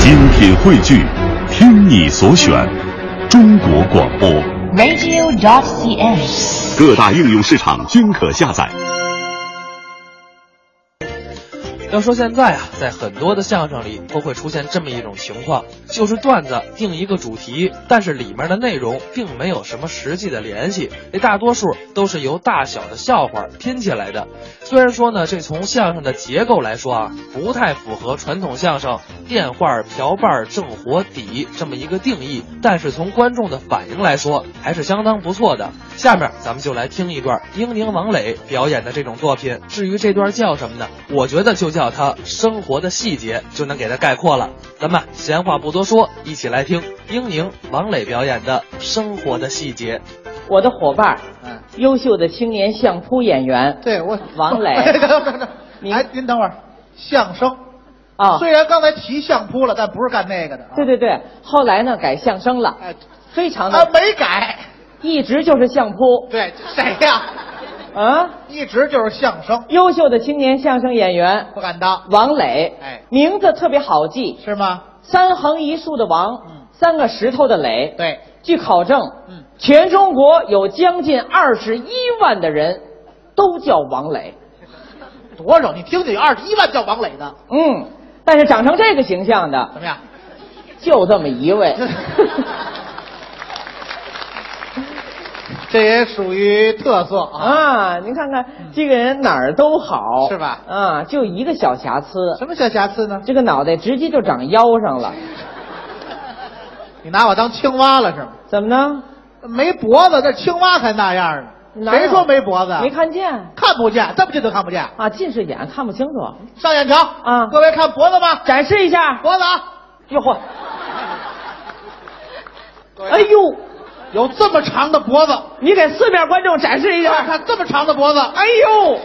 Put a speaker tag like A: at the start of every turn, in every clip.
A: 精品汇聚，听你所选，中国广播。
B: radio.cn。
A: 各大应用市场均可下载。
C: 要说现在啊，在很多的相声里都会出现这么一种情况，就是段子定一个主题，但是里面的内容并没有什么实际的联系，这大多数都是由大小的笑话拼起来的。虽然说呢，这从相声的结构来说啊，不太符合传统相声电话、瓢伴、正活、底这么一个定义，但是从观众的反应来说，还是相当不错的。下面咱们就来听一段英宁、王磊表演的这种作品。至于这段叫什么呢？我觉得就叫它“生活的细节”，就能给它概括了。咱们闲话不多说，一起来听英宁、王磊表演的《生活的细节》。
D: 我的伙伴，
E: 嗯，
D: 优秀的青年相扑演员，
E: 对我
D: 王磊
E: 等等等，
D: 您
E: 哎，您等会儿，相声
D: 啊，
E: 虽然刚才提相扑了，但不是干那个的。啊
D: 对，对对，后来呢改相声了，
E: 哎，
D: 非常
E: 啊，
D: 的，
E: 没改。
D: 一直就是相扑，
E: 对，谁呀、
D: 啊，
E: 一直就是相声，
D: 优秀的青年相声演员
E: 不敢当，
D: 王磊，
E: 哎
D: 名字特别好记，
E: 是吗？
D: 三横一竖的王
E: 嗯，
D: 三个石头的磊，
E: 对，
D: 据考证，
E: 嗯
D: 全中国有将近二十一万的人都叫王磊，
E: 多少？你听听，有二十一万叫王磊的，
D: 嗯，但是长成这个形象的
E: 怎么样？
D: 就这么一位。
E: 这也属于特色啊。
D: 啊，您看看这个人哪儿都好，
E: 是吧
D: 啊，就一个小瑕疵，
E: 什么小瑕疵呢？
D: 这个脑袋直嗯接就长腰上了，
E: 你拿我当青蛙了是吗？
D: 怎么呢？
E: 没脖子，这青蛙才那样呢。
D: 哪有
E: 谁说没脖子？啊
D: 没看见
E: 看不见，这么近都看不见。
D: 啊，近视眼看不清楚，
E: 上眼瞧
D: 啊
E: 各位看脖子吗？
D: 展示一下。
E: 脖子啊，
D: 哟嚯！哎呦，
E: 有这么长的脖子，
D: 你给四面观众展示一
E: 看
D: 下。
E: 看这么长的脖子，哎，
D: 哎呦，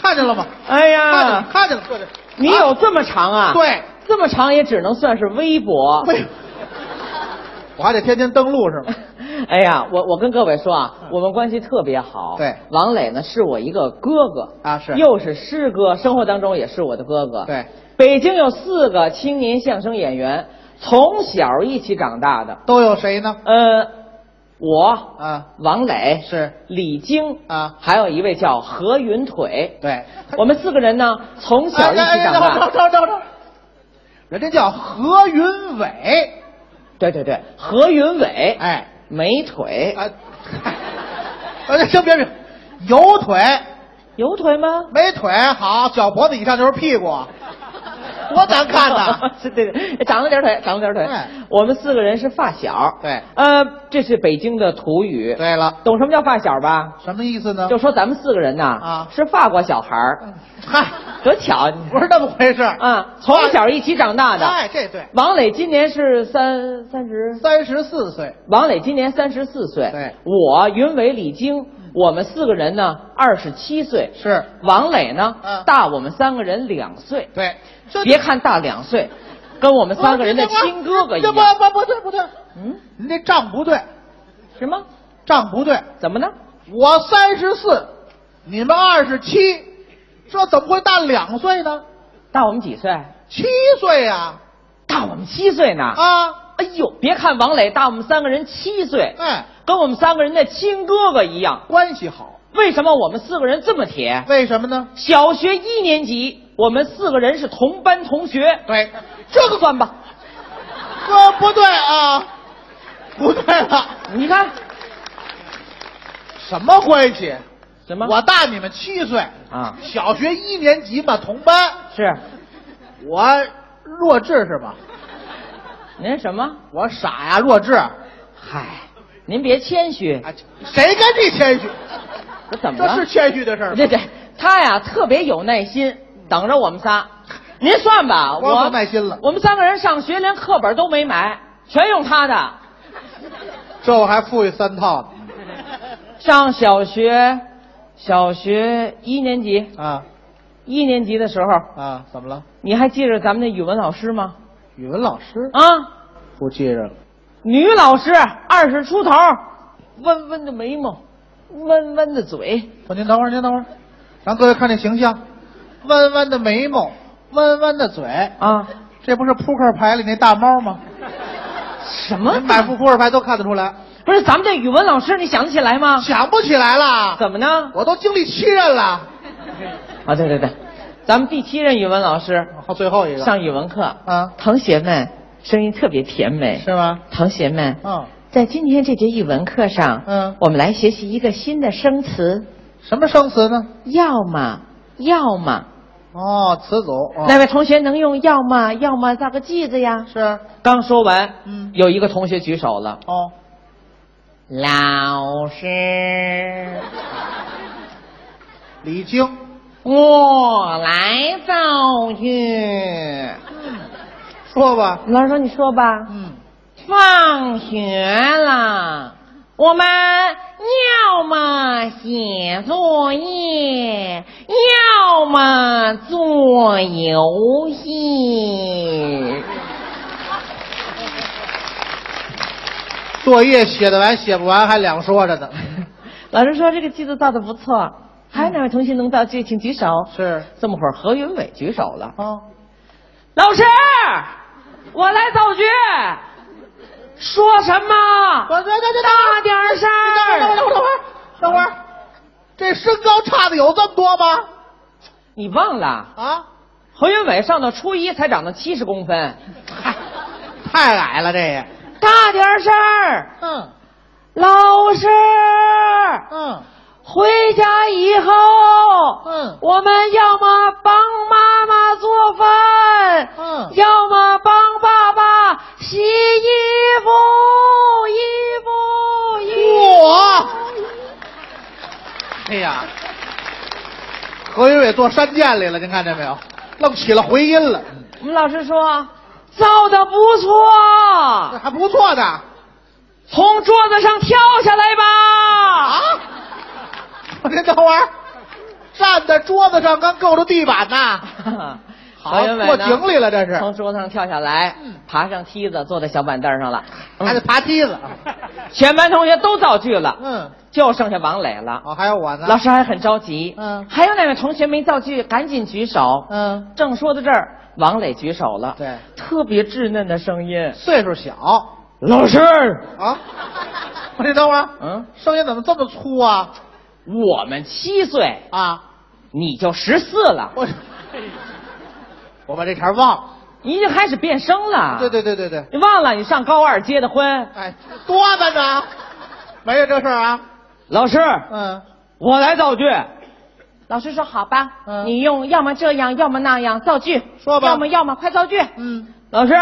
E: 看见了吗？
D: 哎
E: 看见了，
D: 呀，
E: 看见了，对对，
D: 你
E: 啊
D: 有这么长啊？，
E: 对，哎
D: 这么长也只能算是微薄。
E: 哎呦我还得天天登录是 吗？
D: 哎呀，我我跟各位说啊，我们关系特别好。
E: 嗯对
D: 王磊呢是我一个哥哥
E: 啊是
D: 又是师哥，生活当中也是我的哥哥。
E: 对，
D: 北京有四个青年相声演员，从小一起长大的。
E: 都有谁呢？
D: 呃，我
E: 啊，
D: 王磊
E: 是
D: 李菁
E: 啊
D: 还有一位叫何云腿。
E: 对，
D: 我们四个人呢从小一起长
E: 哎哎哎
D: 大。
E: 等会儿等会儿等会儿人家叫何云伟，
D: 对对对，何云伟
E: 哎，
D: 没腿，
E: 啊， 哎，先别别，有腿
D: 有腿吗？
E: 没腿好，脚脖子以上就是屁股，多难看呐！！
D: 是对对，长了点腿，长了点腿。
E: 哎
D: 我们四个人是发小。
E: 对
D: 呃，这是北京的土语。，
E: 对了，
D: 懂什么叫发小吧？
E: 什么意思呢？
D: 就说咱们四个人呐，
E: 啊
D: 是法国小孩儿，
E: 嗨，
D: 多巧！
E: 不是那么回事儿
D: 啊，从小一起长大的。
E: 哎，这对，
D: 王磊今年是三三十，
E: 三十四岁，
D: 王磊今年三十四岁。
E: 对
D: 我云伟、李菁，我们四个人呢二十七岁。
E: 是
D: 王磊呢、
E: 嗯
D: 大我们三个人两岁。
E: 对，这
D: 别看大两岁，跟我们三个人的亲哥哥一
E: 这
D: 样。
E: 不不不对不对，
D: 嗯，
E: 您这账不对，
D: 什么？
E: 账不对，
D: 怎么呢？
E: 我三十四，你们二十七，这怎么会大两岁呢？
D: 大我们几岁？
E: 七岁呀、
D: 大我们七岁呢。
E: 啊，
D: 哎呦，别看王磊大我们三个人七岁，
E: 哎，
D: 跟我们三个人的亲哥哥一样。
E: 关系好，
D: 为什么我们四个人这么铁？
E: 为什么呢？
D: 小学一年级，我们四个人是同班同学。
E: 对，
D: 这个算吧，
E: 这不对啊，不对了，
D: 你看
E: 什么关系？
D: 什么？
E: 我大你们七岁
D: 啊
E: 小学一年级嘛，同班。
D: 是
E: 我弱智是吧？
D: 您什么？
E: 我傻呀，弱智。
D: 嗨，您别谦虚，
E: 啊，谁跟你谦虚？
D: 这怎么
E: 这
D: 了？
E: 是谦虚的事儿吗
D: 对？对，他呀特别有耐心，等着我们仨。您算吧，
E: 光
D: 我
E: 有耐心了
D: 我们三个人上学连课本都没买，全用他的。
E: 这我还富裕三套呢。
D: 上小学，小学一年级，
E: 啊
D: 一年级的时候，
E: 啊，怎么了？
D: 你还记着咱们的语文老师吗？
E: 语文老师
D: 啊，
E: 不记着了。
D: 女老师，二十出头，弯弯的眉毛，弯弯的嘴，
E: 说哦您等会儿，您等会儿，咱各位看这形象，弯弯的眉毛，弯弯的嘴，
D: 啊，
E: 这不是扑克牌里那大猫吗？
D: 什么？
E: 买副扑克牌都看得出来，
D: 不是咱们这语文老师，你想得起来吗？
E: 想不起来了，
D: 啊怎么呢？
E: 我都经历七任了，
D: 啊，对对对，咱们第七任语文老师
E: 好，最后一个
D: 上语文课，
E: 啊，
D: 同学们声音特别甜美
E: 是吗？
D: 同学们，
E: 嗯，
D: 在今天这节语文课上，
E: 嗯
D: 我们来学习一个新的生词，
E: 什么生词呢？
D: 要么，要么。
E: 哦，词组，哦
D: 那位同学能用要么，要么造个句子呀？
E: 是
D: 刚说完，
E: 嗯
D: 有一个同学举手了，
E: 哦，
D: 老师，
E: 李菁，
D: 我来造句。
E: 说吧，
D: 老师说：“你说吧。
E: 嗯，”
D: 放学了，我们要么写作业，要么做游戏。
E: 作业写得完写不完还两说 着呢，
D: 老师说这个句子造的不错，还有哪位同学能造句，请举手。
E: 是
D: 这么会儿，何云伟举手了。
E: 哦，
D: 老师，我来造句，说什么？
E: 我对对对，
D: 大点声儿
E: 等会儿等会儿等会儿等会儿，这身高差的有这么多吗？
D: 你忘了？
E: 啊，
D: 何云伟上到初一才长到七十公分。
E: 嗨，太矮了这也，
D: 大点声儿，
E: 嗯
D: 老师，
E: 嗯
D: 回家以后，
E: 嗯
D: 我们要么帮妈妈做饭，
E: 嗯，
D: 要么帮爸爸洗衣服，衣服，衣服。
E: 我，哎呀，何云伟坐山涧里了，您看见没有？愣起了回音了，
D: 我们老师说，造的不错
E: 这，还不错的。
D: 从桌子上跳下来 吧。
E: 啊！我这等会儿站在桌子上，刚够着地板呢。
D: 何云伟
E: 过
D: 呢
E: 井里了，这是嗯
D: 从桌子上跳下来，爬上梯子，坐在小板凳上了。
E: 还得爬 梯子。
D: 全班同学都造句了，
E: 嗯，
D: 就剩下王磊了。
E: 哦，还有我呢。
D: 老师还很着急。
E: 嗯
D: 还有哪位同学没造句？赶紧举手。
E: 嗯，
D: 正说到这儿，王磊举手了，
E: 对，
D: 特别稚嫩的声音
E: 岁数小啊：“
D: 老师，。
E: 我这等会儿，
D: 嗯，
E: 声音怎么这么粗啊？
D: 我们七岁，
E: 啊，
D: 你就十四了，
E: 我
D: 哎
E: 我把这茬忘了。
D: 你已经开始变声了。
E: 对，对对对对，
D: 你忘了你上高二结的婚。
E: 哎，多着呢，没有这事儿啊。
D: 老师，
E: 嗯，
D: 我来造句。老师说好吧，
E: 嗯
D: 你用要么这样，要么那样造句，
E: 说吧
D: 要么要么快造句。
E: 嗯
D: 老师，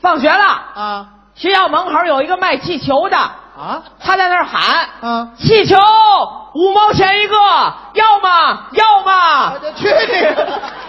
D: 放学了，
E: 啊
D: 学校门口有一个卖气球的，
E: 啊
D: 他在那儿喊，
E: 啊！
D: 气球五毛钱一个，要么要么。
E: 我就去你！